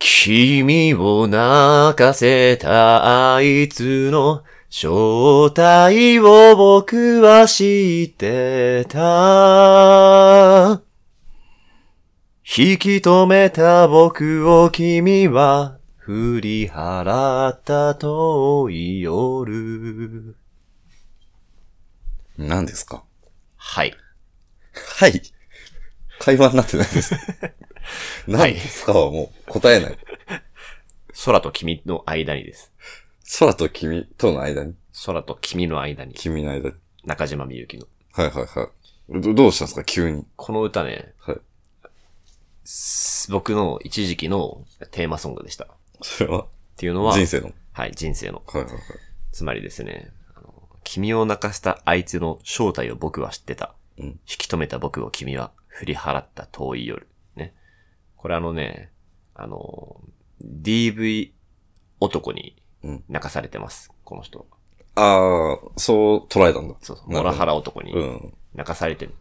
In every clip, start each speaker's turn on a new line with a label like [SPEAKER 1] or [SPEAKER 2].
[SPEAKER 1] 君を泣かせたあいつの正体を僕は知ってた。引き止めた僕を君は振り払った遠い夜。
[SPEAKER 2] 何ですか
[SPEAKER 1] はい。
[SPEAKER 2] はい。会話になってない です。何ですかはもう答えない。
[SPEAKER 1] 空と君の間にです。
[SPEAKER 2] 空と君との間に。
[SPEAKER 1] 空と君の間に。
[SPEAKER 2] 君の間に。
[SPEAKER 1] 中島みゆきの。
[SPEAKER 2] はいはいはい。どどうしたんですか急に。
[SPEAKER 1] この歌ね、
[SPEAKER 2] はい
[SPEAKER 1] す僕の一時期のテーマソングでした。っ
[SPEAKER 2] それは
[SPEAKER 1] ていうのは、
[SPEAKER 2] 人生の。
[SPEAKER 1] はい、人生の。
[SPEAKER 2] はいはいはい。
[SPEAKER 1] つまりですね、あの君を泣かしたあいつの正体を僕は知ってた。
[SPEAKER 2] うん
[SPEAKER 1] 引き止めた僕を君は振り払った遠い夜。ね。これあのね、あの、DV 男に
[SPEAKER 2] うん
[SPEAKER 1] 泣かされてます。この人。
[SPEAKER 2] ああ、そう捉えたんだ。
[SPEAKER 1] そうそう。
[SPEAKER 2] な
[SPEAKER 1] モ
[SPEAKER 2] るほど
[SPEAKER 1] ラハラ男に
[SPEAKER 2] うん。
[SPEAKER 1] 泣かされてる。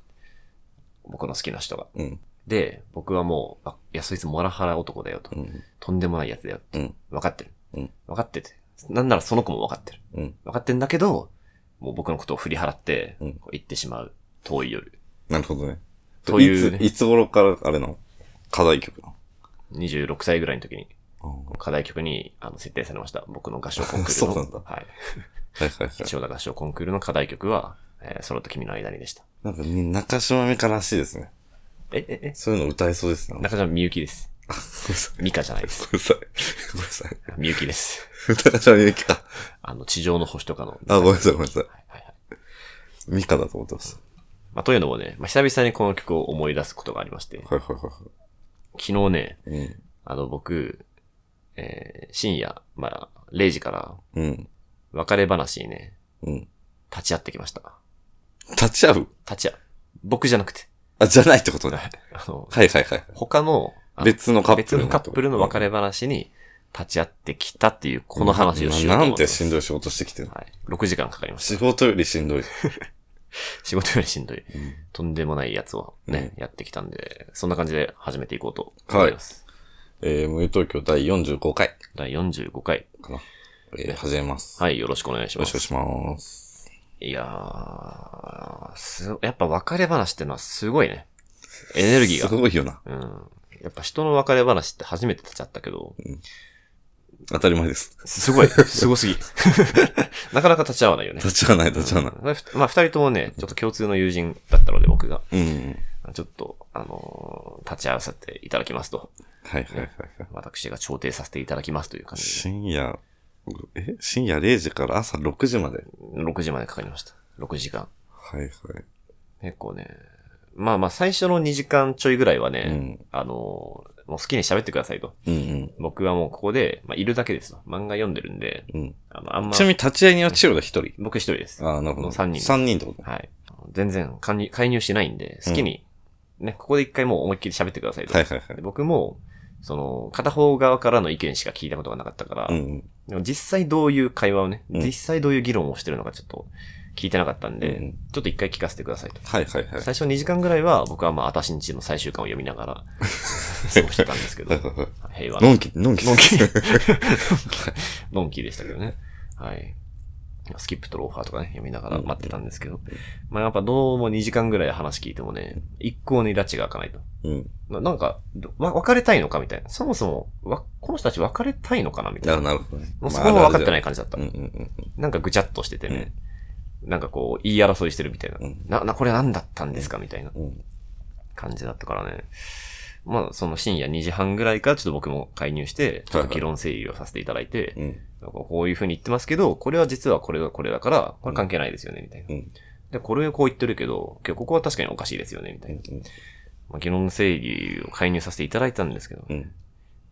[SPEAKER 1] 僕の好きな人が。
[SPEAKER 2] うん。
[SPEAKER 1] で、僕はもう、あ、いや、そいつモラハラ男だよと。
[SPEAKER 2] うん。
[SPEAKER 1] とんでもないやつだよ。
[SPEAKER 2] うん。
[SPEAKER 1] 分かってる。
[SPEAKER 2] うん
[SPEAKER 1] 分かってて。なんならその子も分かってる。
[SPEAKER 2] うん。
[SPEAKER 1] 分かってんだけど、もう僕のことを振り払って、
[SPEAKER 2] うん
[SPEAKER 1] こう行ってしまう。遠い夜。
[SPEAKER 2] なるほどね。
[SPEAKER 1] というね
[SPEAKER 2] つ、いつ頃から、あれなの課題曲な
[SPEAKER 1] 26歳ぐらいの時に、
[SPEAKER 2] の
[SPEAKER 1] 課題曲にあの設定されました。僕の合唱コンクー
[SPEAKER 2] そう
[SPEAKER 1] ル
[SPEAKER 2] な
[SPEAKER 1] の。
[SPEAKER 2] んだ
[SPEAKER 1] はい。
[SPEAKER 2] はいはいはい。
[SPEAKER 1] 千代田合唱コンクールの課題曲は、えー、そのと君の間にでした。
[SPEAKER 2] なんか、中島美香らしいですね。
[SPEAKER 1] え、え、え、
[SPEAKER 2] そういうの歌えそうですね。
[SPEAKER 1] 中島みゆきです。
[SPEAKER 2] ごめんなさい。
[SPEAKER 1] ミカじゃないです。
[SPEAKER 2] ごめんなさい。ごめんなさい。
[SPEAKER 1] みゆきです。
[SPEAKER 2] 中島みゆきか。
[SPEAKER 1] あの、地上の星とかの。
[SPEAKER 2] あ、ごめんなさい、ごめんなさい。
[SPEAKER 1] はいはいはい。
[SPEAKER 2] ミカだと思ってます。
[SPEAKER 1] まあ、というのもね、まあ、久々にこの曲を思い出すことがありまして、
[SPEAKER 2] はいはいは
[SPEAKER 1] 昨日ね、
[SPEAKER 2] いはい。
[SPEAKER 1] あの、僕、えー深夜、まあ、0時から
[SPEAKER 2] うん。うん。
[SPEAKER 1] 別れ話にね、
[SPEAKER 2] うん。
[SPEAKER 1] 立ち会ってきました。
[SPEAKER 2] 立ち会う
[SPEAKER 1] 立ち会う。僕じゃなく て。
[SPEAKER 2] あ、じゃないってことね。
[SPEAKER 1] あの、
[SPEAKER 2] はいはいはい。
[SPEAKER 1] 他の、あの
[SPEAKER 2] 別のカップル。
[SPEAKER 1] 別のカップルの別れ話に立ち会ってきたっていう、この話をしようと
[SPEAKER 2] な
[SPEAKER 1] 思
[SPEAKER 2] なん
[SPEAKER 1] って
[SPEAKER 2] て
[SPEAKER 1] ます。
[SPEAKER 2] しんどい仕事してきてるの
[SPEAKER 1] はい。6時間かかりまし
[SPEAKER 2] 仕事よりしんどい。
[SPEAKER 1] た。仕事よりしんどい。とんでもないやつをね、やってきたんで、そんな感じで始めていこうと思います。
[SPEAKER 2] えー、無友東京第45回
[SPEAKER 1] 第45回。
[SPEAKER 2] かな。えー、始めます。
[SPEAKER 1] はい、よろしくお願いし
[SPEAKER 2] よろ
[SPEAKER 1] ま
[SPEAKER 2] し
[SPEAKER 1] す
[SPEAKER 2] く。お願いします。
[SPEAKER 1] いやー、す、やっぱ別れ話ってのはすごいね。エネルギー
[SPEAKER 2] す
[SPEAKER 1] が。
[SPEAKER 2] ごいよな。
[SPEAKER 1] うん。やっぱ人の別れ話って初めて立ち会ったけど、
[SPEAKER 2] 当たり前です。
[SPEAKER 1] すごい、すごす ぎ。なかなか立ち会わないよね。
[SPEAKER 2] 立ち会わない、立ち会わな
[SPEAKER 1] うんまあ、二人ともね、ちょっと共通の友人だったので、僕が、
[SPEAKER 2] い。うん。
[SPEAKER 1] ちょっと、あのー立ち会わせていただきますと。
[SPEAKER 2] はいはいはいはい。
[SPEAKER 1] 私が調停させていただきますという感じで、
[SPEAKER 2] 深夜、え深夜0時から朝6時まで。
[SPEAKER 1] 6時までかかりました。6時間。
[SPEAKER 2] はいはい。
[SPEAKER 1] 結構ね、まあまあ、最初の2時間ちょいぐらいはね、
[SPEAKER 2] うん
[SPEAKER 1] あのーもう好きに喋ってくださいと。
[SPEAKER 2] うんうん。
[SPEAKER 1] 僕はもうここで、まあ、いるだけですよ。漫画読んでるんで、
[SPEAKER 2] うん、
[SPEAKER 1] あの、あんま
[SPEAKER 2] ち、なみに立ち会いには千代田一人。
[SPEAKER 1] 僕一人です。
[SPEAKER 2] ああ、なるほど。
[SPEAKER 1] 三人
[SPEAKER 2] 三人ってことね。
[SPEAKER 1] はい。あの全然介入介入しないんで、好きに、ね、ここで一回もう思いっきり喋ってくださいと。
[SPEAKER 2] はいはいはい
[SPEAKER 1] で。僕も、その、片方側からの意見しか聞いたことがなかったから、
[SPEAKER 2] うんうん。
[SPEAKER 1] でも実際どういう会話をね、
[SPEAKER 2] うん
[SPEAKER 1] 実際どういう議論をしてるのかちょっと聞いてなかったんで、
[SPEAKER 2] うんうん
[SPEAKER 1] ちょっと一回聞かせてくださいと。
[SPEAKER 2] はいはいはい。
[SPEAKER 1] 最初2時間ぐらいは僕はまあ、私んちの最終巻を読みながら過ごしてたんですけど
[SPEAKER 2] はい、はいはい
[SPEAKER 1] 平和な
[SPEAKER 2] のんき、のんき。
[SPEAKER 1] のんき
[SPEAKER 2] はい
[SPEAKER 1] のんきでしたけどね。はい。スキップとローファーとかね、読みながら待ってたんですけど。まあやっぱどうも2時間ぐらい話聞いてもね、一向に拉致が開かないと。
[SPEAKER 2] うん。
[SPEAKER 1] ななんか、どわ別れたいのかみたいな。そもそも、わ、この人たち別れたいのかなみたい
[SPEAKER 2] あ
[SPEAKER 1] な。
[SPEAKER 2] なるほどね。。
[SPEAKER 1] もうそこも分かってないい感じだった
[SPEAKER 2] うんう。んうん
[SPEAKER 1] なんかぐちゃっとしててね。なんかこう、言い争いしてるみたいな
[SPEAKER 2] うん。
[SPEAKER 1] な、な、これ何だったんですかみたいな
[SPEAKER 2] うん。うん。
[SPEAKER 1] 感じだったからね。まあ、その深夜2時半ぐらいからちょっと僕も介入して、ちょっと議論整理をさせていただいて、
[SPEAKER 2] うん。
[SPEAKER 1] なんかこういう風に言ってますけど、これは実はこれがこれだから、これ関係ないですよね、みたいな。
[SPEAKER 2] うん
[SPEAKER 1] で、これをこう言ってるけど、今日ここは確かにおかしいですよね、みたいな。まあ、議論整理を介入させていただいたんですけど、
[SPEAKER 2] うん。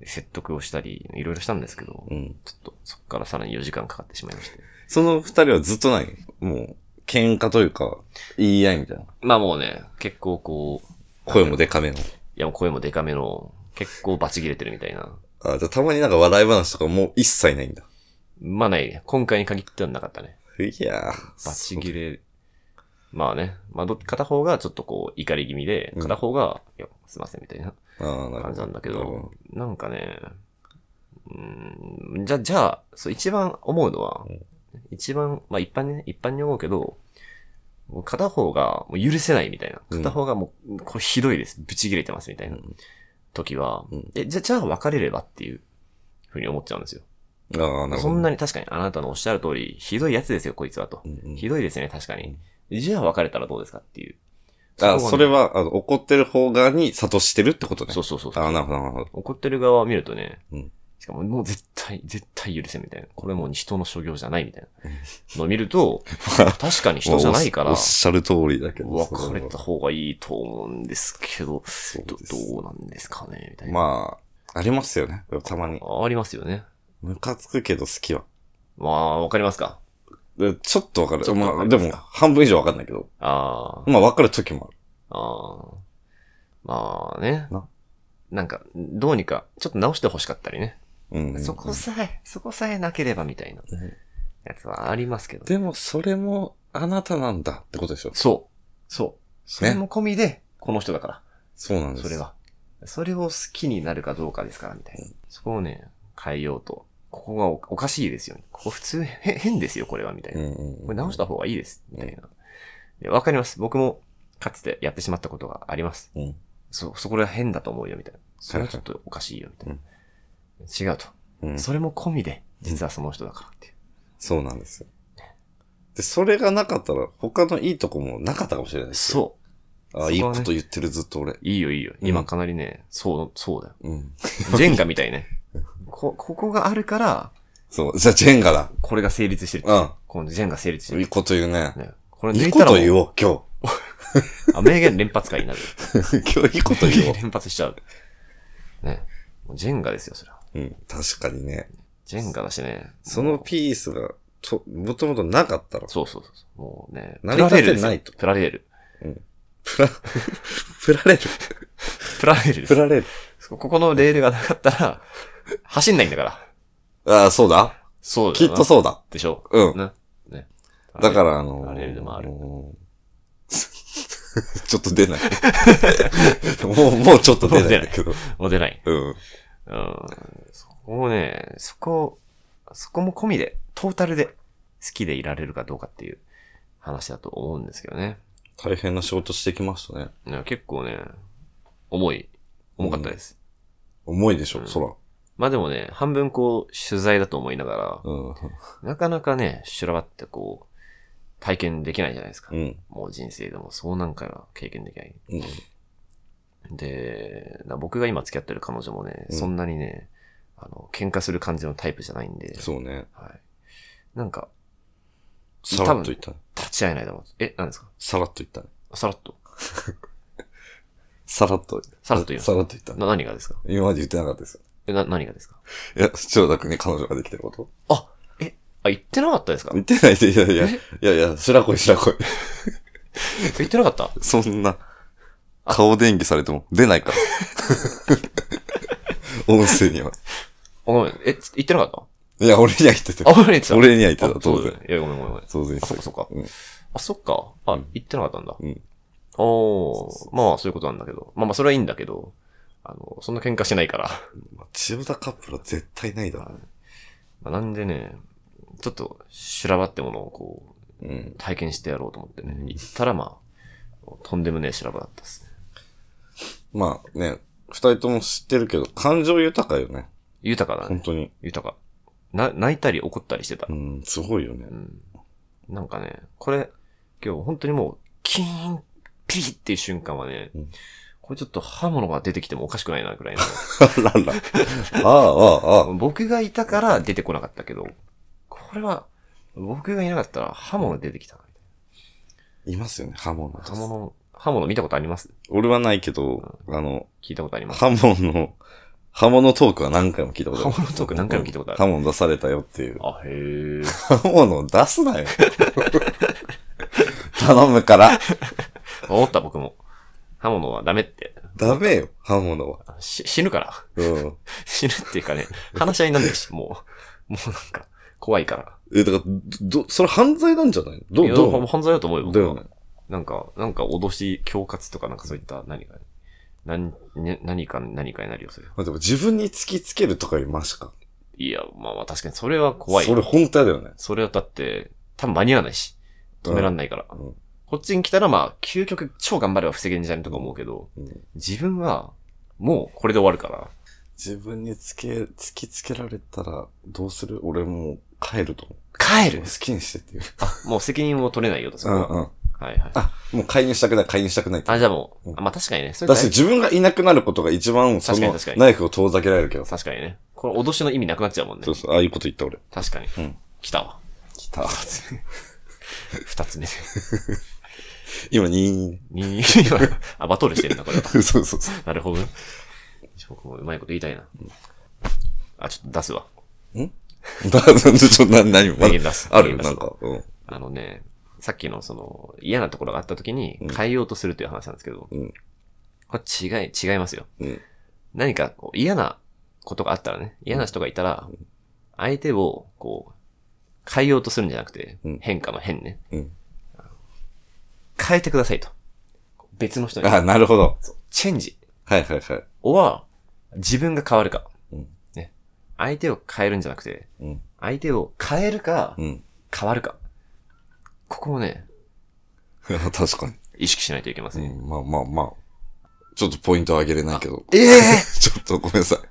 [SPEAKER 1] 説得をしたり、いろいろしたんですけど、
[SPEAKER 2] うん。
[SPEAKER 1] ちょっとそこからさらに4時間かかってしまいまして。
[SPEAKER 2] その二人はずっとない。もう、喧嘩というか、言い合いみたいな。
[SPEAKER 1] まあもうね、結構こう、
[SPEAKER 2] 声もデカめの。
[SPEAKER 1] いやもう声もデカめの、結構バチ切れてるみたいな。
[SPEAKER 2] あじゃあたまになんか笑い話とかもう一切ないんだ。
[SPEAKER 1] まあないね。今回に限ってはなかったね。
[SPEAKER 2] いやー。
[SPEAKER 1] バチ切れ。まあね。まあど、片方がちょっとこう、怒り気味で
[SPEAKER 2] う、ん
[SPEAKER 1] 片方が、いや、すいません、みたいな。
[SPEAKER 2] ああ、なるほ
[SPEAKER 1] 感じ
[SPEAKER 2] ど。
[SPEAKER 1] なんだけど、なんかね、うんじゃ、じゃあ、そう、一番思うのは、一番、まあ一般にね、一般に思うけど、もう片方がもう許せないみたいな。
[SPEAKER 2] うん
[SPEAKER 1] 片方がもう、これひどいです。ブチ切れてますみたいな時は、
[SPEAKER 2] うん
[SPEAKER 1] え、じゃ、じゃあ別れればっていうふうに思っちゃうんですよ。
[SPEAKER 2] ああ、なる
[SPEAKER 1] そ
[SPEAKER 2] ほど。
[SPEAKER 1] んなに確かにあなたのおっしゃる通り、ひどいやつですよ、こいつはと。
[SPEAKER 2] うんうん
[SPEAKER 1] ひどいですね、確かに。じゃあ別れたらどうですかっていう。
[SPEAKER 2] あ、
[SPEAKER 1] こ
[SPEAKER 2] それは、あの、怒ってる方側に諭してるってことね。
[SPEAKER 1] そうそうそうそう。
[SPEAKER 2] あなるほど、なるほ ど。
[SPEAKER 1] 怒ってる側を見るとね、
[SPEAKER 2] うん
[SPEAKER 1] しかももう絶対、絶対許せんみたいな。これもう人の所業じゃないみたいなのを見ると、確かに人じゃないか
[SPEAKER 2] まあお
[SPEAKER 1] ら
[SPEAKER 2] っ、しゃる通りだけど。
[SPEAKER 1] 別れた
[SPEAKER 2] そ
[SPEAKER 1] 方がいいと思うんですけど、
[SPEAKER 2] う
[SPEAKER 1] ど
[SPEAKER 2] です
[SPEAKER 1] どうなんですかねみたい
[SPEAKER 2] れは
[SPEAKER 1] な。
[SPEAKER 2] まあ、ありますよね。たまに。
[SPEAKER 1] あ、ありますよね。
[SPEAKER 2] ムカつくけど好きは。
[SPEAKER 1] まあ、わかりますか
[SPEAKER 2] でちょっとわか
[SPEAKER 1] ちょ
[SPEAKER 2] る。
[SPEAKER 1] っとわ
[SPEAKER 2] ま
[SPEAKER 1] か
[SPEAKER 2] あ、
[SPEAKER 1] り
[SPEAKER 2] で
[SPEAKER 1] ます
[SPEAKER 2] も、半分以上わかんないけど。
[SPEAKER 1] ああ、
[SPEAKER 2] まあ、わかる時もある。
[SPEAKER 1] ああ。まあね
[SPEAKER 2] な。
[SPEAKER 1] なんか、どうにか、ちょっと直してほしかったりね。
[SPEAKER 2] うんうんうん。
[SPEAKER 1] そこさえ、そこさえなければみたいな
[SPEAKER 2] うん
[SPEAKER 1] やつはありますけど。
[SPEAKER 2] でも、それも、あなたなんだってことでしょ。
[SPEAKER 1] そう。そう。それも込みで、この人だか
[SPEAKER 2] そうなん
[SPEAKER 1] ら。
[SPEAKER 2] で
[SPEAKER 1] そ
[SPEAKER 2] す。
[SPEAKER 1] れ。は。それを好きになるかどうかですから、みたいな。そこをね、変えようと。ここがおおかしいですよ。ここ普通、へ変ですよ、これは、みたいうな。
[SPEAKER 2] んうんうん。
[SPEAKER 1] これ直した方がいいです、みたい
[SPEAKER 2] うん
[SPEAKER 1] な。いやわかります。僕も、かつてやってしまったことがあります。
[SPEAKER 2] うん。
[SPEAKER 1] そ、そこら変だと思うよ、みたいな。それはちょっとおかしいよ、みたいな。違うと。
[SPEAKER 2] うん。
[SPEAKER 1] それも込みで、実はその人だからっていう。
[SPEAKER 2] そうなんですよ。で、それがなかったら、他のいいとこもなかったかもしれないですよ。
[SPEAKER 1] そう。そこ
[SPEAKER 2] あ、
[SPEAKER 1] はね
[SPEAKER 2] いいこと言ってる、ずっと俺。
[SPEAKER 1] いいよ、いいよ。今かなりね、そう、そう だよ。
[SPEAKER 2] うん。
[SPEAKER 1] ジェンガみたいね。こ、ここがあるから、
[SPEAKER 2] そう。じゃあ、ジェンガだ。
[SPEAKER 1] これが成立してる。
[SPEAKER 2] う
[SPEAKER 1] このジェンガ成立して
[SPEAKER 2] ん。いい
[SPEAKER 1] る。
[SPEAKER 2] こと言うね。
[SPEAKER 1] ね、これ
[SPEAKER 2] い
[SPEAKER 1] 抜
[SPEAKER 2] い
[SPEAKER 1] い
[SPEAKER 2] こ
[SPEAKER 1] たら
[SPEAKER 2] と
[SPEAKER 1] もう
[SPEAKER 2] 言おう、今
[SPEAKER 1] あ、名言連発会 になる。
[SPEAKER 2] 日。今日いいこと
[SPEAKER 1] 名
[SPEAKER 2] 言お
[SPEAKER 1] 言
[SPEAKER 2] う。
[SPEAKER 1] 連発しちゃう。ね。もうジェンガですよ、それは。
[SPEAKER 2] うん、確かにね。
[SPEAKER 1] ジェンガだしね。
[SPEAKER 2] そのピースが、と、もともとなかったら、
[SPEAKER 1] そうそうそうそう。もうね、
[SPEAKER 2] 成り立てないと
[SPEAKER 1] プラレール
[SPEAKER 2] プラ、プラレる。
[SPEAKER 1] ですよ。プラレールです。
[SPEAKER 2] プ
[SPEAKER 1] プラレール
[SPEAKER 2] ラレる。
[SPEAKER 1] です。ここのレールがなかったら、走んないんだから。
[SPEAKER 2] ああ、そうだ。
[SPEAKER 1] そうだ
[SPEAKER 2] きっ
[SPEAKER 1] よな
[SPEAKER 2] とそうだ。
[SPEAKER 1] でしょ。
[SPEAKER 2] うん。
[SPEAKER 1] な。ね。
[SPEAKER 2] だから、あの
[SPEAKER 1] プラレールでもある。
[SPEAKER 2] ちょっと出ない。 もう、もうちょっと出ないんだけど。
[SPEAKER 1] もう出ない。
[SPEAKER 2] うん。
[SPEAKER 1] うん。そこをね、そこ、そこも込みで、トータルで好きでいられるかどうかっていう話だと思うんですけどね。
[SPEAKER 2] 大変な仕事してきましたね。
[SPEAKER 1] ね結構ね、重い、重かったです。
[SPEAKER 2] 重いでしょ、
[SPEAKER 1] うん
[SPEAKER 2] そら。
[SPEAKER 1] まあでもね、半分こう、取材だと思いなが
[SPEAKER 2] うん。
[SPEAKER 1] ら、なかなかね、修羅場ってこう、体験できないじゃないですか。
[SPEAKER 2] うん。
[SPEAKER 1] もう人生でもそうなんかは経験できない。
[SPEAKER 2] うん。
[SPEAKER 1] で、な僕が今付き合ってる彼女もね、
[SPEAKER 2] うん
[SPEAKER 1] そんなにね、あの、喧嘩する感じのタイプじゃないんで、
[SPEAKER 2] そうね。
[SPEAKER 1] はい。なんか、
[SPEAKER 2] さらっといったね。
[SPEAKER 1] 立ち会えないだろう。え、何ですか
[SPEAKER 2] さらっといったね。
[SPEAKER 1] さらっと。
[SPEAKER 2] さらっと。
[SPEAKER 1] さらっと言いま
[SPEAKER 2] さらっといったね。
[SPEAKER 1] な、何がですか
[SPEAKER 2] 今まで言ってなかったですよ。
[SPEAKER 1] え、な、何がですか
[SPEAKER 2] いや、千代田君に彼女ができてること
[SPEAKER 1] あ、え、あ、言ってなかったですか
[SPEAKER 2] 言ってないで、いやいや、い
[SPEAKER 1] え
[SPEAKER 2] やいや、白恋白恋。
[SPEAKER 1] 言ってなかった
[SPEAKER 2] そんな、顔電気されても出ない から。音声に
[SPEAKER 1] あ
[SPEAKER 2] は。
[SPEAKER 1] ごめん。え、つ言ってなかっ
[SPEAKER 2] いや、俺には言って
[SPEAKER 1] たあ、
[SPEAKER 2] た。
[SPEAKER 1] 俺に言ってた。
[SPEAKER 2] 俺には言ってた、
[SPEAKER 1] あそ
[SPEAKER 2] 当
[SPEAKER 1] うだよ
[SPEAKER 2] 然。
[SPEAKER 1] ね。いや、ごめんごめんごめん。
[SPEAKER 2] 当然
[SPEAKER 1] あ、そっか
[SPEAKER 2] 言って
[SPEAKER 1] そっか。
[SPEAKER 2] うん
[SPEAKER 1] あ、そっか。あ
[SPEAKER 2] ん、
[SPEAKER 1] 言ってなかったんだ。
[SPEAKER 2] うん
[SPEAKER 1] おー。まあ、そういうことなんだけど。まあまあ、それはいいんだけど。あの、そんな喧嘩しないから。
[SPEAKER 2] た。千代田カップルは絶対ないだろ
[SPEAKER 1] まあ、なんでね、ちょっと、修羅場ってものをこう、
[SPEAKER 2] う。うん。
[SPEAKER 1] 体験してやろうと思ってね
[SPEAKER 2] う。ん
[SPEAKER 1] 行ったらまあ、とんでもねえ修羅場だったっすね。
[SPEAKER 2] まあね、二人とも知ってるけど、感情豊かよね。
[SPEAKER 1] 豊かだね
[SPEAKER 2] 本。当に。
[SPEAKER 1] 豊か。な、泣いたり怒ったりしてた
[SPEAKER 2] う。ん、すごいよ ね
[SPEAKER 1] う。ん。なんかね、これ、今日本当にもう、キーン、ピリっていう瞬間はね、
[SPEAKER 2] うん
[SPEAKER 1] これちょっと刃物が出てきてもおかしくないな、ぐらい の。
[SPEAKER 2] あらら。ああ、ああ、ああ。
[SPEAKER 1] 僕がいたから出てこなかったけど、これは、僕がいなかったら刃物出てきたな。み
[SPEAKER 2] いますよね、刃物。
[SPEAKER 1] たいな刃物、刃物見たことあります
[SPEAKER 2] 俺はないけど、あの、
[SPEAKER 1] 聞いたことあります
[SPEAKER 2] 刃物、刃物トークは何回も聞いたことある。
[SPEAKER 1] 刃物トーク何回も聞いたことある
[SPEAKER 2] 刃物出されたよっていう。
[SPEAKER 1] あ、へえ。
[SPEAKER 2] 刃物出すなよ。 頼むから。
[SPEAKER 1] 思った僕も。刃物はダメって。
[SPEAKER 2] ダメよ、刃物は。
[SPEAKER 1] し死ぬから。
[SPEAKER 2] うん。
[SPEAKER 1] 死ぬっていうかね、話し合いになんだし、もう。もうなんか、怖いから。
[SPEAKER 2] え、だから、ど、それ犯罪なんじゃない
[SPEAKER 1] い
[SPEAKER 2] ど、
[SPEAKER 1] や
[SPEAKER 2] どう
[SPEAKER 1] 犯罪だと思うよ、
[SPEAKER 2] だ
[SPEAKER 1] 僕
[SPEAKER 2] よ
[SPEAKER 1] は
[SPEAKER 2] ね。
[SPEAKER 1] なんか、なんか脅し、恐喝とかなんかそういった、何か、何、ね何か何かになるよ、それは。
[SPEAKER 2] まあでも自分に突きつけるとかよりマシか。
[SPEAKER 1] いや、まあまあ確かにそれは怖い。
[SPEAKER 2] それ本当やだよね。
[SPEAKER 1] それはだって、多分間に合わないし、止めらんないから。
[SPEAKER 2] うんうん
[SPEAKER 1] こっちに来たらまあ、究極超頑張れば防げんじゃねとか思うけど、
[SPEAKER 2] うん
[SPEAKER 1] 自分は、もうこれで終わるから。
[SPEAKER 2] 自分につけ、突きつけられたら、どうする俺もう帰ると思う。
[SPEAKER 1] 帰
[SPEAKER 2] もう
[SPEAKER 1] る
[SPEAKER 2] 好きにしてっていう。
[SPEAKER 1] もう責任を取れないよと、そこは。
[SPEAKER 2] ん。
[SPEAKER 1] はいはい。
[SPEAKER 2] あ、もう介入したくない、介入したくないって。
[SPEAKER 1] あ、じゃあもう
[SPEAKER 2] う、ん
[SPEAKER 1] あまあ確かにね。それ
[SPEAKER 2] だし、自分がいなくなることが一番、そ
[SPEAKER 1] 確かに
[SPEAKER 2] の
[SPEAKER 1] 確か、に
[SPEAKER 2] ナイフを遠ざけられるけどさ。
[SPEAKER 1] 確かにね。これ脅しの意味なくなっちゃうもんね
[SPEAKER 2] そう。そう、ああいうこと言った俺。
[SPEAKER 1] 確かに。
[SPEAKER 2] うん
[SPEAKER 1] 来たわ。
[SPEAKER 2] 来た。
[SPEAKER 1] 二つ目。
[SPEAKER 2] 今、2、
[SPEAKER 1] に、あ、バトルしてるな、これは。
[SPEAKER 2] そうそうそう。
[SPEAKER 1] なるほどね。僕もうまいこと言いたいな。あ、ちょっと出すわ。
[SPEAKER 2] だ、ちょ、な、何も、ま
[SPEAKER 1] 名
[SPEAKER 2] だ
[SPEAKER 1] 言出す。
[SPEAKER 2] あ
[SPEAKER 1] 名言
[SPEAKER 2] る
[SPEAKER 1] 出
[SPEAKER 2] な
[SPEAKER 1] す
[SPEAKER 2] んか、うん。
[SPEAKER 1] あのね、さっきのその嫌なところがあった時に
[SPEAKER 2] うん
[SPEAKER 1] 変えようとするという話なんですけど、
[SPEAKER 2] うん
[SPEAKER 1] これ違い、違いますよ。
[SPEAKER 2] うん
[SPEAKER 1] 何かこう嫌なことがあったらね、嫌な人がいたら、相手をこう、変えようとするんじゃなくて、
[SPEAKER 2] うん
[SPEAKER 1] 変化の変ね、
[SPEAKER 2] うん
[SPEAKER 1] あの変えてくださいと。別の人に。
[SPEAKER 2] あ、なるほど。
[SPEAKER 1] チェンジ。
[SPEAKER 2] はいはいはい。
[SPEAKER 1] は、自分が変わるか。
[SPEAKER 2] うん
[SPEAKER 1] ね。相手を変えるんじゃなくて、
[SPEAKER 2] うん。
[SPEAKER 1] 相手を変えるか、
[SPEAKER 2] うん。
[SPEAKER 1] 変わるか。ここもね、
[SPEAKER 2] 確かに。
[SPEAKER 1] 意識しないといけませ
[SPEAKER 2] うん
[SPEAKER 1] よ。
[SPEAKER 2] ん、まあまあまあ。ちょっとポイントはあげれないけど。
[SPEAKER 1] ええ
[SPEAKER 2] ちょっとごめんなさ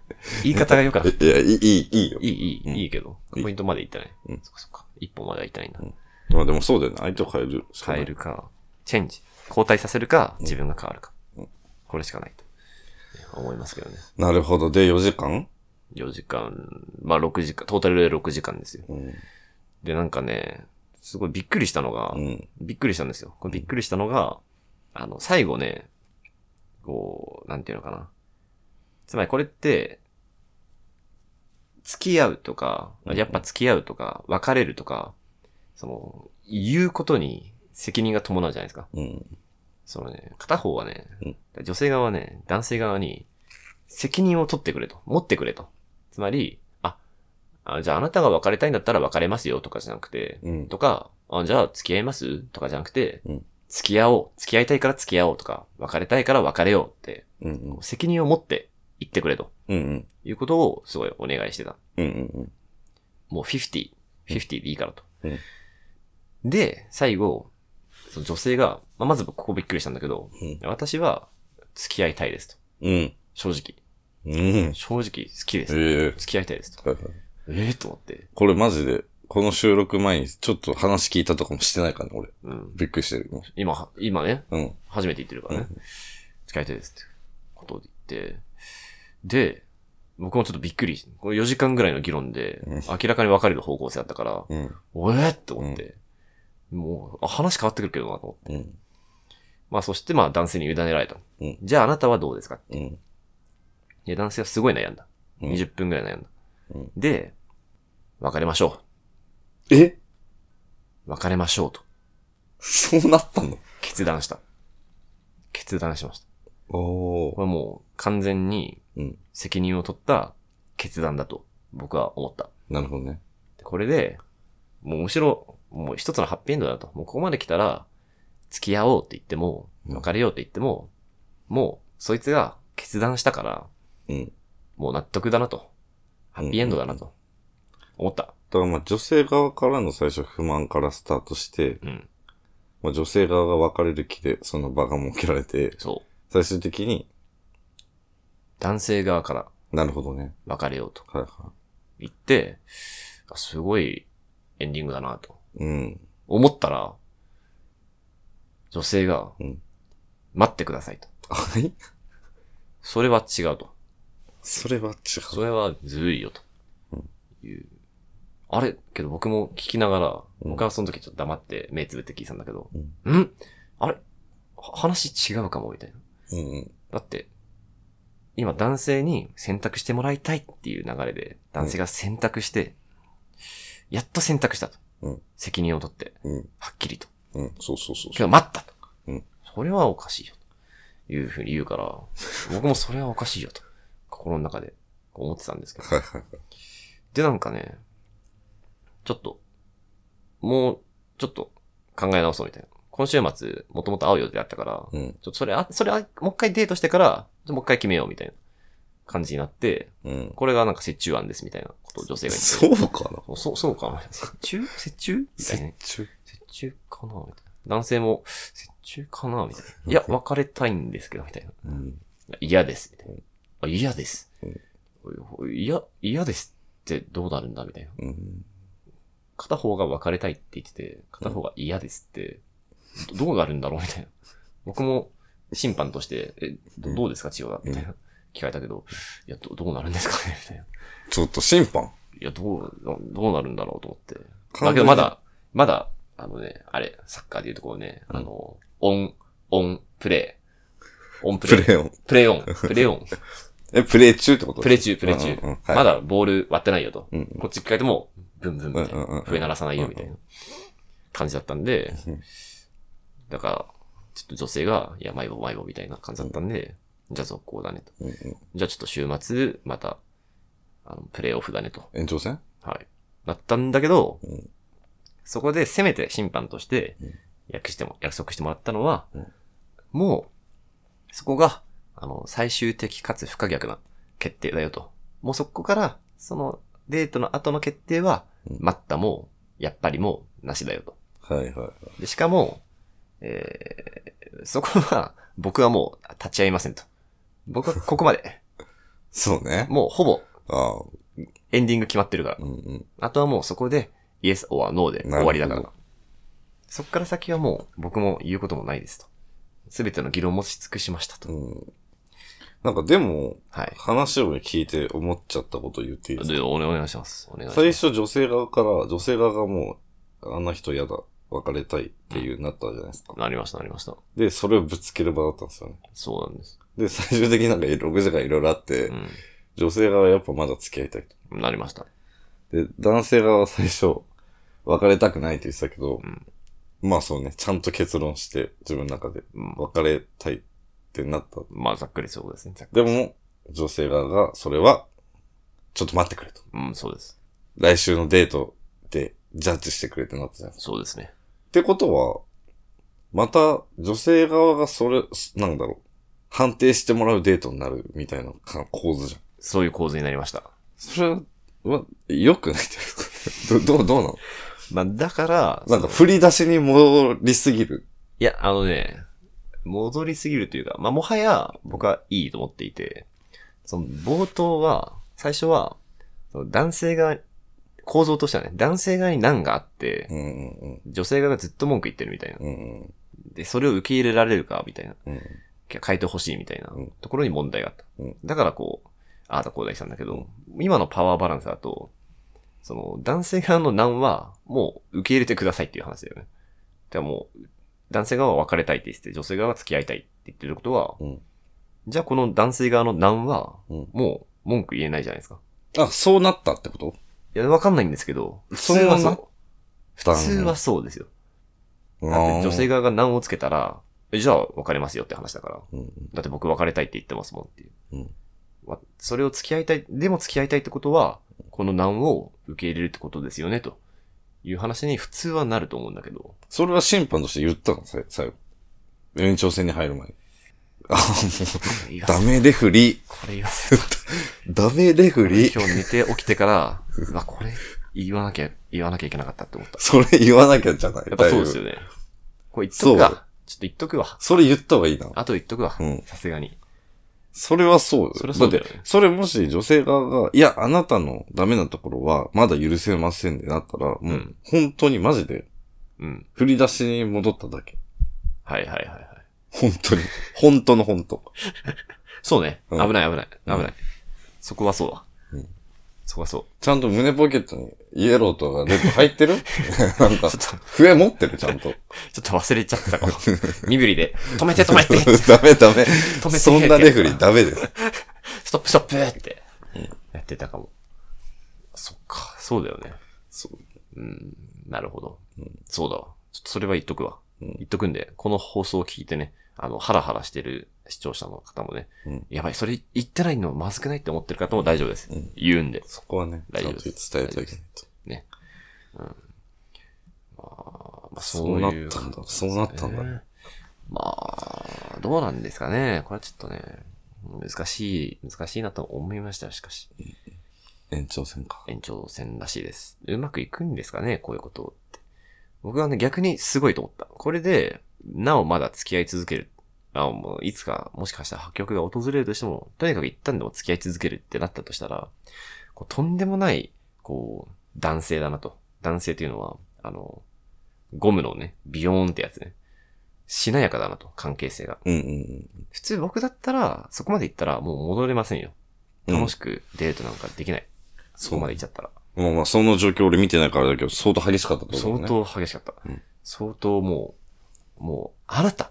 [SPEAKER 1] 言い方がよ かった。い
[SPEAKER 2] い。いや、いい、いい、いいよ。
[SPEAKER 1] い、いい、
[SPEAKER 2] うん
[SPEAKER 1] いいけど。
[SPEAKER 2] いい
[SPEAKER 1] ポイントまでいったね。
[SPEAKER 2] うん
[SPEAKER 1] そっかそっか。一本まではいったらいいんだ。
[SPEAKER 2] うんまあでもそうだよね。相手を変える。
[SPEAKER 1] 変え。るか、チェンジ。交代させるか、自分が変わるか
[SPEAKER 2] うん。
[SPEAKER 1] これしかないと。ね思いますけどね。
[SPEAKER 2] なるほど。で、4時間
[SPEAKER 1] 4時間、まあ6時間、トータルで6時間ですよ。
[SPEAKER 2] うん。
[SPEAKER 1] で、なんかね、すごいびっくりしたのが、
[SPEAKER 2] うん。
[SPEAKER 1] びっくりしたんですよ。これびっくりしたのが、あの、最後ね、こう、なんていうのかな。つまりこれって、付き合うとか、
[SPEAKER 2] うん
[SPEAKER 1] やっぱ付き合うとか、別れるとか、その、言うことに責任が伴うじゃないですか。
[SPEAKER 2] うん。
[SPEAKER 1] そのね、片方はね、
[SPEAKER 2] う
[SPEAKER 1] 女性側はね、男性側に、責任を取ってくれと、持ってくれと。つまり、あ、あじゃああなたが別れたいんだったら別れますよとかじゃなくて、
[SPEAKER 2] うん。
[SPEAKER 1] とか、あじゃあ付き合いますとかじゃなくて、
[SPEAKER 2] うん
[SPEAKER 1] 付き合おう。付き合いたいから付き合おうとか、別れたいから別れようって、
[SPEAKER 2] うん。うん。
[SPEAKER 1] 責任を持って言ってくれと
[SPEAKER 2] うん。
[SPEAKER 1] いうことをすごいお願いしてた。
[SPEAKER 2] うん。うん。
[SPEAKER 1] もう50、50でいいからと。
[SPEAKER 2] うん
[SPEAKER 1] で、最後、その女性が、まあ、まずここびっくりしたんだけど、
[SPEAKER 2] うん
[SPEAKER 1] 私は付き合いたいですと。
[SPEAKER 2] うん。
[SPEAKER 1] 正直。
[SPEAKER 2] うん。
[SPEAKER 1] 正直好きで
[SPEAKER 2] え
[SPEAKER 1] す。
[SPEAKER 2] え。
[SPEAKER 1] 付き合いたいですと。
[SPEAKER 2] はいはい
[SPEAKER 1] ええと思って。
[SPEAKER 2] これマジで、この収録前にちょっと話聞いたとかもしてないからね、俺。
[SPEAKER 1] うん。
[SPEAKER 2] びっくりしてる。
[SPEAKER 1] 今、今ね、
[SPEAKER 2] うん。
[SPEAKER 1] 初めて言ってるからね。使いたいですってことを言って。で、僕もちょっとびっくり。これ4時間ぐらいの議論で
[SPEAKER 2] うん、
[SPEAKER 1] 明らかに分かれる方向性だったから、
[SPEAKER 2] うん。
[SPEAKER 1] おえって思って。もう、あ話変わってくるけどなと思って。
[SPEAKER 2] うん。
[SPEAKER 1] まあそしてまあ男性に委ねられた。
[SPEAKER 2] うん
[SPEAKER 1] じゃああなたはどうですか
[SPEAKER 2] うん。
[SPEAKER 1] で、男性はすごい悩んだ。
[SPEAKER 2] うん
[SPEAKER 1] 20分ぐらい悩んだ。
[SPEAKER 2] うん
[SPEAKER 1] で、別れましょ
[SPEAKER 2] え
[SPEAKER 1] う。別れましょうと
[SPEAKER 2] そうなったの
[SPEAKER 1] 決断した。決断しました。
[SPEAKER 2] お
[SPEAKER 1] こ
[SPEAKER 2] ー
[SPEAKER 1] れはもう完全に
[SPEAKER 2] うん。
[SPEAKER 1] 責任を取った決断だと僕は思った。
[SPEAKER 2] なるほどね。
[SPEAKER 1] でこれで、もうむしろ、もう一つのハッピーエンドだと。もうここまで来たら、付き合おうって言っても、
[SPEAKER 2] うん
[SPEAKER 1] 別れようって言っても、もう、そいつが決断したから、
[SPEAKER 2] うん。
[SPEAKER 1] もう納得だなと。ハッピーエンドだなと。思った。
[SPEAKER 2] だからまあ女性側からの最初不満からスタートして、
[SPEAKER 1] うん。
[SPEAKER 2] まあ女性側が別れる気でその場が設けられて、
[SPEAKER 1] そう。
[SPEAKER 2] 最終的に、
[SPEAKER 1] 男性側から
[SPEAKER 2] なるほどね。
[SPEAKER 1] 別れようと
[SPEAKER 2] はいは
[SPEAKER 1] 言って、あすごいエンディングだなと。
[SPEAKER 2] い。うん。
[SPEAKER 1] 思ったら、女性が
[SPEAKER 2] うん、
[SPEAKER 1] 待ってくださいと。
[SPEAKER 2] はい
[SPEAKER 1] それは違うと。
[SPEAKER 2] それは違
[SPEAKER 1] それはずるいよ
[SPEAKER 2] う
[SPEAKER 1] と。いう。あれけど僕も聞きながら、
[SPEAKER 2] うん
[SPEAKER 1] 僕はその時ちょっと黙って目つぶって聞いてたんだけど、
[SPEAKER 2] うん
[SPEAKER 1] んあれは話違うかもみたいな。
[SPEAKER 2] う。うん。
[SPEAKER 1] だって、今男性に選択してもらいたいっていう流れで、男性が選択して、やっと選択したと。
[SPEAKER 2] うん
[SPEAKER 1] 責任を取って、
[SPEAKER 2] うん。
[SPEAKER 1] はっきりと。
[SPEAKER 2] うん。そうそうそう
[SPEAKER 1] け
[SPEAKER 2] そう。
[SPEAKER 1] ど待ったと。
[SPEAKER 2] うん
[SPEAKER 1] それはおかしいよ。というふうに言うから、僕もそれはおかしいよと、心の中で思ってたんですけど。
[SPEAKER 2] はいはいはい。
[SPEAKER 1] で、なんかね、ちょっと、もう、ちょっと考え直そうみたいな。今週末、もともと会う予定だったから、ちょ
[SPEAKER 2] うん。
[SPEAKER 1] っとそれ、あそれ、あもう一回デートしてから、もう一回決めようみたいな感じになって、
[SPEAKER 2] うん。
[SPEAKER 1] これがなんか折衷案ですみたいなことを女性が言って。
[SPEAKER 2] そうかな
[SPEAKER 1] そう、そうそうかな。折衷折衷みたいな。折
[SPEAKER 2] 中。
[SPEAKER 1] 衷かなみたいな。男性も、折衷かなみたいな。いや、別れたいんですけど、みたいな。
[SPEAKER 2] うん。
[SPEAKER 1] 嫌です。みたいなあ嫌です
[SPEAKER 2] うん。
[SPEAKER 1] いや、嫌ですってどうなるんだみたいな。
[SPEAKER 2] うん。
[SPEAKER 1] 片方が別れたいって言ってて、片方が嫌ですって、どどうなるんだろうみたいな。僕も審判として、え、
[SPEAKER 2] う
[SPEAKER 1] ど
[SPEAKER 2] ん
[SPEAKER 1] どうですか千代田みたいな。聞かれたけど、いや、どどうなるんですかねみたいな。
[SPEAKER 2] ちょっと審判。
[SPEAKER 1] いや、どう、どどうなるんだろうと思って。
[SPEAKER 2] 完
[SPEAKER 1] だけ
[SPEAKER 2] 全
[SPEAKER 1] ど
[SPEAKER 2] に
[SPEAKER 1] ま。だ、まだ、あのね、あれ、サッカーでいうところね、
[SPEAKER 2] うん
[SPEAKER 1] あの、オン、オン、プレイ。オンプ
[SPEAKER 2] プ
[SPEAKER 1] レイ。
[SPEAKER 2] レーを。
[SPEAKER 1] プレイオン。プレイオ ン。
[SPEAKER 2] え、プレー中ってこと
[SPEAKER 1] プレイ中、プレイ中。
[SPEAKER 2] うんうんうんはい
[SPEAKER 1] まだボール割ってないよと。
[SPEAKER 2] うんうん。
[SPEAKER 1] こっち聞かれても、ブンブンみたい
[SPEAKER 2] うんうんう。
[SPEAKER 1] なん笛鳴らさないよみたいな感じだったんで
[SPEAKER 2] うん、
[SPEAKER 1] だから、ちょっと女性が、いや、迷子迷子みたいな感じだったんで、じゃあ続行だねと。
[SPEAKER 2] うんうん
[SPEAKER 1] じゃあちょっと週末、また、あの、プレイオフだねと。
[SPEAKER 2] 延長戦
[SPEAKER 1] はい。なったんだけど
[SPEAKER 2] うん、
[SPEAKER 1] そこでせめて審判として
[SPEAKER 2] うん、
[SPEAKER 1] 約しても、約束してもらったのは
[SPEAKER 2] うん、
[SPEAKER 1] もう、そこが、あの、最終的かつ不可逆な決定だよと。もうそこから、そのデートの後の決定は、
[SPEAKER 2] うん
[SPEAKER 1] 待ったも、やっぱりも、なしだよと。
[SPEAKER 2] はいはい。
[SPEAKER 1] で、しかも、えー、そこは、僕はもう立ち会いませんと。僕はここまで、
[SPEAKER 2] そうね。
[SPEAKER 1] もうほぼ
[SPEAKER 2] ああ、
[SPEAKER 1] エンディング決まってるから
[SPEAKER 2] う。んうん。
[SPEAKER 1] あとはもうそこで、イエス or no で終わりだか
[SPEAKER 2] なる
[SPEAKER 1] ら。そっから先はもう僕も言うこともないですと。すべての議論もし尽くしましたと。
[SPEAKER 2] うん。なんかでも、
[SPEAKER 1] はい。
[SPEAKER 2] 話を聞いて思っちゃったこと言っていいですか
[SPEAKER 1] で、お願いします。お願いしま
[SPEAKER 2] 最
[SPEAKER 1] す。
[SPEAKER 2] 初女性側から、女性側がもう、あんな人嫌だ、別れたいっていうなったじゃないですか。
[SPEAKER 1] なりました、なりました。
[SPEAKER 2] で、それをぶつける場だったんですよね。
[SPEAKER 1] そうなんです。
[SPEAKER 2] で、最終的になんか6時間いろいろあって、
[SPEAKER 1] う
[SPEAKER 2] 女性側はやっぱまだ付き合いたいと。
[SPEAKER 1] ん。なりました。
[SPEAKER 2] で、男性側は最初、別れたくないって言ってたけど、
[SPEAKER 1] うん
[SPEAKER 2] まあそうね、ちゃんと結論して、自分の中で
[SPEAKER 1] うん
[SPEAKER 2] 別れたいってなった。
[SPEAKER 1] まあ、ざっくりそうですね。ざっく
[SPEAKER 2] でも、女性側が、それは、ちょっと待ってくれと。
[SPEAKER 1] りうん、そうです。
[SPEAKER 2] 来週のデートでジャッジしてくれってなったじゃないですか。
[SPEAKER 1] そうですね。
[SPEAKER 2] ってことは、また女性側がそれ、すなんだろう、判定してもらうデートになるみたいなか構図じゃん。
[SPEAKER 1] そういう構図になりました。
[SPEAKER 2] それは、良くないってことどどう、どうなの
[SPEAKER 1] まあ、だから、
[SPEAKER 2] なん
[SPEAKER 1] その
[SPEAKER 2] か振り出しに戻りすぎる。
[SPEAKER 1] いや、あのね、戻りすぎるというか、まあ、もはや僕はいいと思っていて、その冒頭は、最初は、その男性側、構造としてはね、男性側に難があって
[SPEAKER 2] う、んうん
[SPEAKER 1] 女性側がずっと文句言ってるみたいな
[SPEAKER 2] うん。。うん
[SPEAKER 1] で、それを受け入れられるか、みたいな。
[SPEAKER 2] うん。
[SPEAKER 1] 回答欲しいみたいな
[SPEAKER 2] うん
[SPEAKER 1] ところに問題があった。
[SPEAKER 2] うん
[SPEAKER 1] だからこう、ああだこうだしたんだけど、今のパワーバランスだと、その男性側の難はもう受け入れてくださいっていう話だよね。でもう、男性側は別れたいって言って、女性側は付き合いたいって言ってることは、
[SPEAKER 2] うん
[SPEAKER 1] じゃあこの男性側の難は
[SPEAKER 2] うん。
[SPEAKER 1] もう文句言えないじゃないですか。
[SPEAKER 2] あ、そうなったってこと
[SPEAKER 1] いや、わかんないんですけど、普通
[SPEAKER 2] それは
[SPEAKER 1] は
[SPEAKER 2] な
[SPEAKER 1] そう。普通はそうですよ。
[SPEAKER 2] うん
[SPEAKER 1] だって女性側が難をつけたら、えじゃあ別れますよって話だから。
[SPEAKER 2] うん
[SPEAKER 1] だって僕別れたいって言ってますもんっていう。
[SPEAKER 2] うん
[SPEAKER 1] わそれを付き合いたい、でも付き合いたいってことは、この難を受け入れるってことですよね、という話に普通はなると思うんだけ ど。
[SPEAKER 2] それは審判として言ったのさ最後。延長戦に入る前に。あ、も
[SPEAKER 1] これ言
[SPEAKER 2] う、
[SPEAKER 1] わ
[SPEAKER 2] ダ
[SPEAKER 1] せ
[SPEAKER 2] メレフリ
[SPEAKER 1] これ言わせた。
[SPEAKER 2] ー。ダメレフリー。
[SPEAKER 1] 今日寝て起きてから、 うわ、これ言わなきゃ、言わなきゃいけなかったって思った。
[SPEAKER 2] それ言わなきゃじゃない。
[SPEAKER 1] やっぱそうです
[SPEAKER 2] だいぶ
[SPEAKER 1] よね。これ言っとく
[SPEAKER 2] そう
[SPEAKER 1] わ。ちょっと言っとくわ。
[SPEAKER 2] それ言った方がいいな。
[SPEAKER 1] あと言っとくわ
[SPEAKER 2] うん。
[SPEAKER 1] さすがに。
[SPEAKER 2] それはそうよ。
[SPEAKER 1] それはそうだ
[SPEAKER 2] だ
[SPEAKER 1] よ
[SPEAKER 2] っ
[SPEAKER 1] ね
[SPEAKER 2] て、それもし女性側が、いや、あなたのダメなところは、まだ許せませんでなったら、も
[SPEAKER 1] う、
[SPEAKER 2] うん本当にマジで、
[SPEAKER 1] うん。
[SPEAKER 2] 振り出しに戻っただけ。
[SPEAKER 1] はいはいはいはい。
[SPEAKER 2] 本当に。本当の本当。
[SPEAKER 1] そうね。危
[SPEAKER 2] うん
[SPEAKER 1] ない危ない。危ない。
[SPEAKER 2] うん
[SPEAKER 1] そこはそうだ。
[SPEAKER 2] うん
[SPEAKER 1] そこはそう。
[SPEAKER 2] ちゃんと胸ポケットに、イエローとかレッド入っ てるなんか
[SPEAKER 1] ち、ょっと、
[SPEAKER 2] 笛持ってる、ちゃんと。
[SPEAKER 1] ちょっと忘れちゃってたかも。 身振りで、止めて止め て
[SPEAKER 2] ダメダメ
[SPEAKER 1] め。て
[SPEAKER 2] そんなレフェリーダメです。
[SPEAKER 1] ストップストップって、やってたかも。そっか、そうだよね。
[SPEAKER 2] そう
[SPEAKER 1] うん、なるほど。そうだわ。ちょっとそれは言っとくわ。
[SPEAKER 2] うん
[SPEAKER 1] 言っとくんで、この放送を聞いてね、あの、ハラハラしてる視聴者の方もね、
[SPEAKER 2] うん
[SPEAKER 1] やばい、それ言ってないのまずくないって思ってる方も大丈夫です。
[SPEAKER 2] うん
[SPEAKER 1] 言うんで。
[SPEAKER 2] そこはね、
[SPEAKER 1] 大
[SPEAKER 2] ち
[SPEAKER 1] 丈
[SPEAKER 2] ゃん
[SPEAKER 1] 夫
[SPEAKER 2] と
[SPEAKER 1] で
[SPEAKER 2] 伝
[SPEAKER 1] す
[SPEAKER 2] えてあげないと。
[SPEAKER 1] まあ、まあ
[SPEAKER 2] そうなった
[SPEAKER 1] い
[SPEAKER 2] ん
[SPEAKER 1] 感
[SPEAKER 2] だ。
[SPEAKER 1] じ
[SPEAKER 2] そうなったんだ。
[SPEAKER 1] まあ、どうなんですかね。これはちょっとね、難しい、難しいなと思いました、しかし。
[SPEAKER 2] 延長戦か。
[SPEAKER 1] 延長戦らしいです。うまくいくんですかね、こういうことって。僕はね、逆にすごいと思った。これで、なおまだ付き合い続ける。あもういつか、もしかしたら破局が訪れるとしても、とにかく一旦でも付き合い続けるってなったとしたら、こうとんでもない、こう、男性だなと。男性というのは、あの、ゴムのね、ビヨーンってやつね。しなやかだなと、関係性が。
[SPEAKER 2] うんうん
[SPEAKER 1] 普通僕だったら、そこまで行ったらもう戻れませんよ。
[SPEAKER 2] うん。
[SPEAKER 1] 楽しくデートなんかできない。そこまで行っちゃったら。
[SPEAKER 2] まあまあ、その状況俺見てないからだけど、相当激しかったってこと思う、
[SPEAKER 1] 相
[SPEAKER 2] ね。。
[SPEAKER 1] 当激しかった。
[SPEAKER 2] うん
[SPEAKER 1] 相当もう、もう、あなた、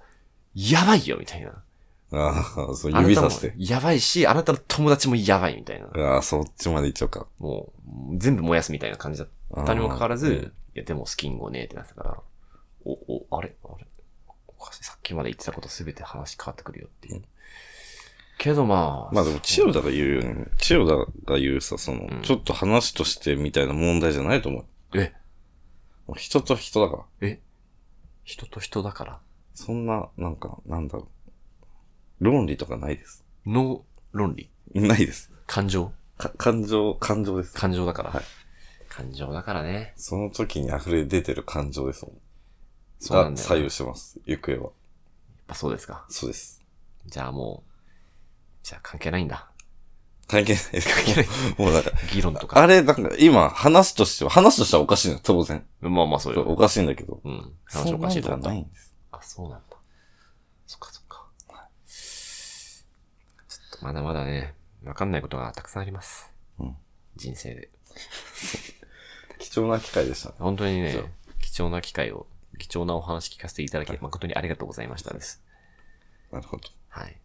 [SPEAKER 1] やばいよみたいな。
[SPEAKER 2] ああ、そう、
[SPEAKER 1] あな
[SPEAKER 2] 指
[SPEAKER 1] た
[SPEAKER 2] さ
[SPEAKER 1] も
[SPEAKER 2] して。
[SPEAKER 1] やばいし、あなたの友達もやばいみたいな。
[SPEAKER 2] ああ、そっちまで行っちゃうか。
[SPEAKER 1] もう、全部燃やすみたいな感じだった。
[SPEAKER 2] ああ
[SPEAKER 1] にもかかわらず、、いや、でもスキンゴねえってなってたから、お、お、あれあれおかしい。さっきまで言ってたことすべて話変わってくるよっていうう。けどまあ。
[SPEAKER 2] まあでも、千代田が言うよね。千代田が言うさ、その、
[SPEAKER 1] うん
[SPEAKER 2] ちょっと話としてみたいな問題じゃないと思う。
[SPEAKER 1] え、
[SPEAKER 2] もう人と人だから。
[SPEAKER 1] 人と人だから、
[SPEAKER 2] そんな、なんか、なんだろう。論理とかないです。
[SPEAKER 1] の論理、
[SPEAKER 2] ないです。
[SPEAKER 1] 感情、
[SPEAKER 2] か感情、感情です。
[SPEAKER 1] 感情だから。
[SPEAKER 2] はい
[SPEAKER 1] 感情だからね。
[SPEAKER 2] その時に溢れ出てる感情ですもん。
[SPEAKER 1] そうなんだよね
[SPEAKER 2] が左右してます。行方は。
[SPEAKER 1] やっぱそうですか。
[SPEAKER 2] そうです。
[SPEAKER 1] じゃあもう、じゃあ関係ないん だ。
[SPEAKER 2] 関係ないです。関係ない。 もうなんか、
[SPEAKER 1] 議論とか。
[SPEAKER 2] あれ、なんか今、話としては、話としてはおかしいのよ、当然。
[SPEAKER 1] まあまあそう
[SPEAKER 2] そう
[SPEAKER 1] よ。
[SPEAKER 2] おかしいんだけど。
[SPEAKER 1] うん。話おかしいと
[SPEAKER 2] そ
[SPEAKER 1] 思
[SPEAKER 2] ん
[SPEAKER 1] っ
[SPEAKER 2] なんじゃ
[SPEAKER 1] た
[SPEAKER 2] ない。んです。
[SPEAKER 1] あ、そうなんだ。そっかそっか。ちょっとまだまだね、わかんないことがたくさんあります。
[SPEAKER 2] うん
[SPEAKER 1] 人生で。
[SPEAKER 2] 貴重な機会でしたね。
[SPEAKER 1] 本当にね
[SPEAKER 2] そう、
[SPEAKER 1] 貴重な機会を、貴重なお話聞かせていただき、誠にありがとうございましたです。
[SPEAKER 2] なるほど。
[SPEAKER 1] はい。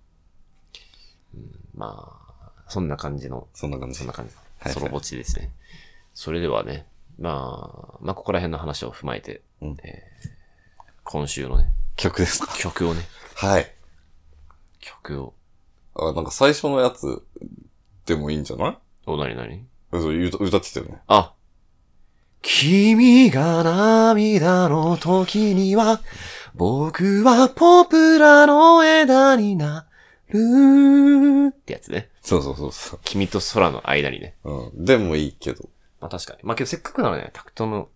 [SPEAKER 1] うん、まあ、そんな感じの
[SPEAKER 2] そんな感じ。
[SPEAKER 1] そんな感じ
[SPEAKER 2] は。い
[SPEAKER 1] ソロぼっちですね。それではね、まあ、まあ、ここら辺の話を踏まえて、
[SPEAKER 2] うん
[SPEAKER 1] えー今週のね、
[SPEAKER 2] 曲ですか
[SPEAKER 1] 曲をね、
[SPEAKER 2] はい。
[SPEAKER 1] 曲を、
[SPEAKER 2] あ、なんか最初のやつでもいいんじゃない
[SPEAKER 1] お、なになに
[SPEAKER 2] そう歌歌ってたよね。
[SPEAKER 1] あ君が涙の時には、僕はポプラの枝になるってやつね。
[SPEAKER 2] そうそうそうそ
[SPEAKER 1] 君と空の間にね。
[SPEAKER 2] う。うん。でもいいけど。
[SPEAKER 1] まあ確かに。まあけどせっかくならね、タクトの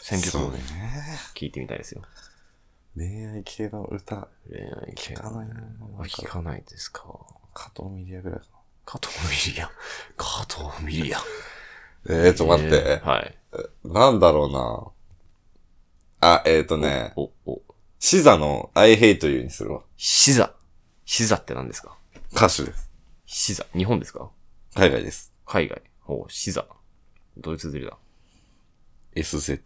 [SPEAKER 1] 選曲をね、
[SPEAKER 2] そう
[SPEAKER 1] 聞いてみたいですよ。
[SPEAKER 2] 恋愛系の歌、
[SPEAKER 1] 恋愛系
[SPEAKER 2] 聞かないな。
[SPEAKER 1] あ聞かないですか。
[SPEAKER 2] 加藤ミリアぐらいか
[SPEAKER 1] 加藤ミリア。加藤ミリア。
[SPEAKER 2] な。えー、ちょっと待って。
[SPEAKER 1] えーはい。
[SPEAKER 2] なんだろうな。あ、えっ、ー、とね、
[SPEAKER 1] お、お、
[SPEAKER 2] シザの I hate you にするわ。
[SPEAKER 1] シザ。シザって何ですか
[SPEAKER 2] 歌手です。
[SPEAKER 1] シザ。日本ですか
[SPEAKER 2] 海外です。
[SPEAKER 1] 海外。ほう、シザ。ドイツ釣りだ。
[SPEAKER 2] SZA。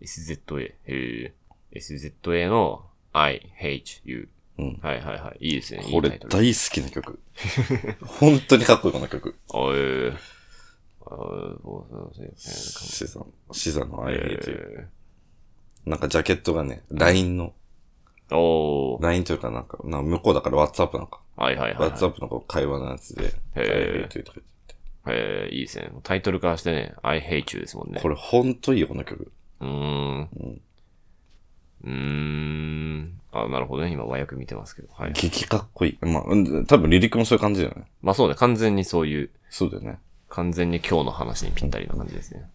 [SPEAKER 1] SZA。へえ。SZA の I hate you.
[SPEAKER 2] うん。
[SPEAKER 1] はいはいはい。いいですね。
[SPEAKER 2] こ
[SPEAKER 1] い
[SPEAKER 2] れ
[SPEAKER 1] いタイトル
[SPEAKER 2] 大好きな曲。本当にかっこよくな曲。
[SPEAKER 1] あえーあーそうそうそう
[SPEAKER 2] シザの、シザの I hate you。
[SPEAKER 1] え
[SPEAKER 2] なんかジャケットがね、LINE の、
[SPEAKER 1] ーおー。
[SPEAKER 2] LINE というかなんか、なんか向こうだから WhatsApp なんか。
[SPEAKER 1] はいはいはいはい。
[SPEAKER 2] WhatsApp のこう会話のやつで、
[SPEAKER 1] へ
[SPEAKER 2] I
[SPEAKER 1] ー
[SPEAKER 2] hate you とか言って。
[SPEAKER 1] えー、いいですね。タイトルからしてね、I hate you ですもんね。
[SPEAKER 2] これ本当いいよ、この曲。
[SPEAKER 1] うーん。
[SPEAKER 2] うん
[SPEAKER 1] うーん。あ、なるほどね。今和訳見てますけど。はい。
[SPEAKER 2] 激かっこいい。まあ、うん多分リリックもそういう感じだよね。
[SPEAKER 1] まあそうね。完全にそういう、
[SPEAKER 2] そうだよね。
[SPEAKER 1] 完全に今日の話にぴったりな感じですね。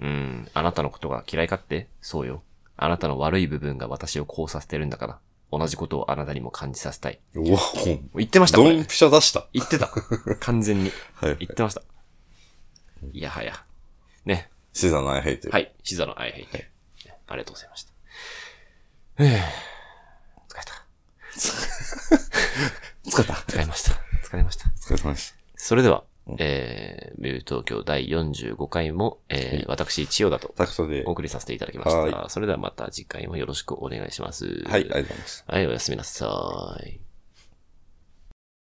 [SPEAKER 1] うん。あなたのことが嫌いかってそうよ。あなたの悪い部分が私をこうさせてるんだから。同じことをあなたにも感じさせたい。
[SPEAKER 2] うわ、ほん
[SPEAKER 1] もう言ってました、こ
[SPEAKER 2] ド
[SPEAKER 1] れ
[SPEAKER 2] ンピシャ出した。
[SPEAKER 1] 言ってた。完全に。
[SPEAKER 2] はい。
[SPEAKER 1] 言ってました。いやはや。ね。
[SPEAKER 2] シザの I hate you。
[SPEAKER 1] はい。シザの I hate you、ありがとうございました。 ふぅ疲れた。
[SPEAKER 2] 疲れた。
[SPEAKER 1] 疲れました。疲れました。
[SPEAKER 2] お疲れ様でした。
[SPEAKER 1] それでは
[SPEAKER 2] うん、
[SPEAKER 1] えー、ビュー東京第45回も、えー、私、千代田と
[SPEAKER 2] タクト
[SPEAKER 1] お
[SPEAKER 2] で。はい、
[SPEAKER 1] 送りさせていただきました。
[SPEAKER 2] は
[SPEAKER 1] それではまた次回もよろしくお願いします。
[SPEAKER 2] ありがとうございます。
[SPEAKER 1] はい、おやすみなさい。